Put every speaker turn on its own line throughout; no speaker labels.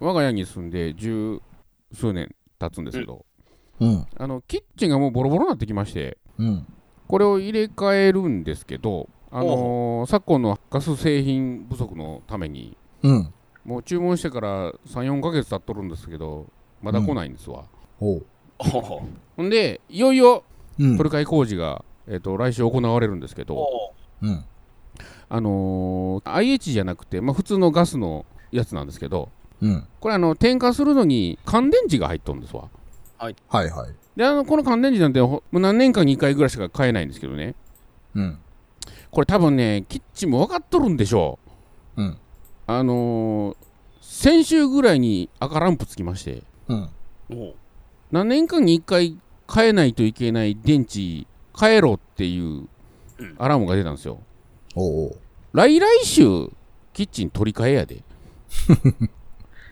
我が家に住んで十数年経つんですけど、
うん。
あのキッチンがもうボロボロになってきまして、
うん。
これを入れ替えるんですけど、あのー昨今のガス製品不足のために、
うん。
もう注文してから3、4ヶ月経っとるんですけど、まだ来ないんですわ。
おう。
おう
ほんで、いよいよ
うん。
取り替え工事が、えっと来週行われるんですけど、
おう
うん。
あのー IH じゃなくて、まあ、普通のガスのやつなんですけど、
うん。
これあの、点火するのに乾電池が入っとるんですわ。
はいはい。
であのこの乾電池なんてほもう何年かに1回ぐらいしか買えないんですけどね
うん。
これ多分ねキッチンも分かっとるんでしょう
うん
あのー先週ぐらいに赤ランプつきまして
うん。
おう
何年間に1回変えないといけない電池変えろっていう
うん
アラームが出たんですよ
おう。
来来週キッチン取り替えやで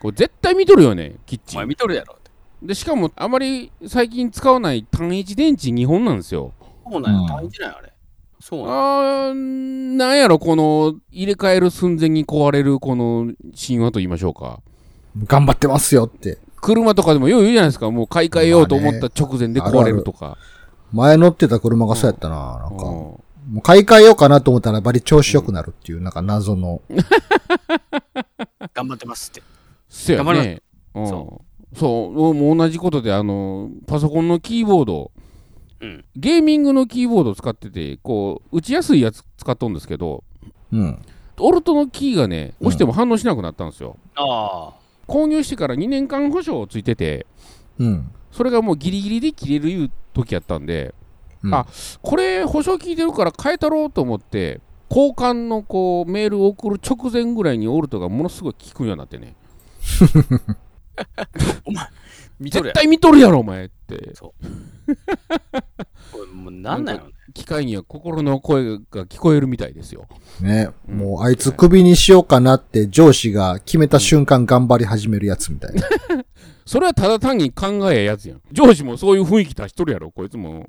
これ絶対見とるよねキッ
お
チ
前
ン
見とるやろって。
でしかもあまり最近使わない単一電池2本なんですよ
そうなんや、
うん
大事なんや、あれ。そうなんや。
あーなんやろ、この入れ替える寸前に壊れるこの神話と言いましょうか。
頑張ってますよって。
車
車
とかでもよう言うじゃないですか、もう買い替えようと思った直前で壊れるとか。
前乗ってた車がそうやったな。なんか、も
うん
う買い替えようかなと思ったらバリ調子良くなるっていう、なんか謎の。
頑張ってますって。
そうや
頑張
ね。うんそうそう、もう同じことで、あの、パソコンのキーボード、
うん
ゲーミングのキーボードを使ってて、こう、打ちやすいやつ使っとんですけど、
うん。
オルトのキーがね、押しても反応しなくなったんですよ。
ああ。
購入してから2年間保証ついてて、
うん。
それがもうギリギリで切れるいう時やったんで、
うん
あこれ保証聞いてるから変えたろうと思って交換のこうメールを送る直前ぐらいにオルトがものすごい聞くようになってね
見とるや
絶
ろ
対見とるやろお前って。
これもうなんなんやろね。
機械には心の声が聞こえるみたいですよ
ね。
うん
もうあいつ首にしようかなって上司が決めた瞬間頑張り始めるやつみたいな。
それはただ単に考えややつやん上司もそういう雰囲気出しとるやろこいつも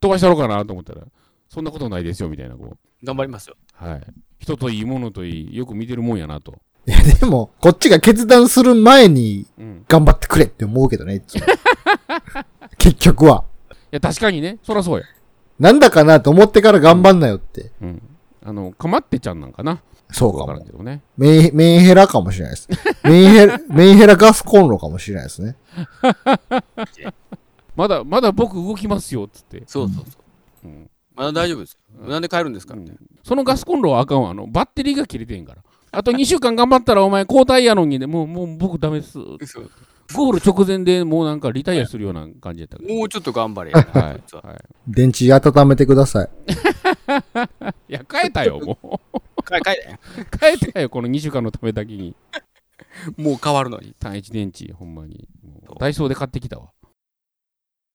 飛ばしたろか なと思ったらそんなことないですよみたいなこ
頑張りますよ。
うはい人といいものといいよく見てるもんやなと、
いや でも、こっちが決断する前に
うん、
頑張ってくれって思うけどね、い つも結局は。
いや確かにねそらそうや
なんだかなと思ってから頑張んなよって。
うんあのかまってちゃんなんかな
そうか
わからん
も。
けどね
メンメンヘラかもしれないです。メンヘラ、 メンヘラガスコンロかもしれないですね。
まだまだ僕動きますよっつって、
そうそうそう。
うん
まだ大丈夫ですよ。なんで帰るんですか
う
みたい
んそのガスコンロはあかんわあのバッテリーが切れてんからあと2週間頑張ったらお前交代やのにねもうもう僕ダメですゴ
なそう
ール直前でもうなんかリタイアするような感じやったけど
もうちょっと頑張れやな。
はい、
こいつは
は
電池温めてください。
い、いや変えたよもう
帰帰れ。
変えたよこの2週間のためだけに
もう変わるのに。
単一電池ほんまにもう
そう
ダイソーで買ってきたわ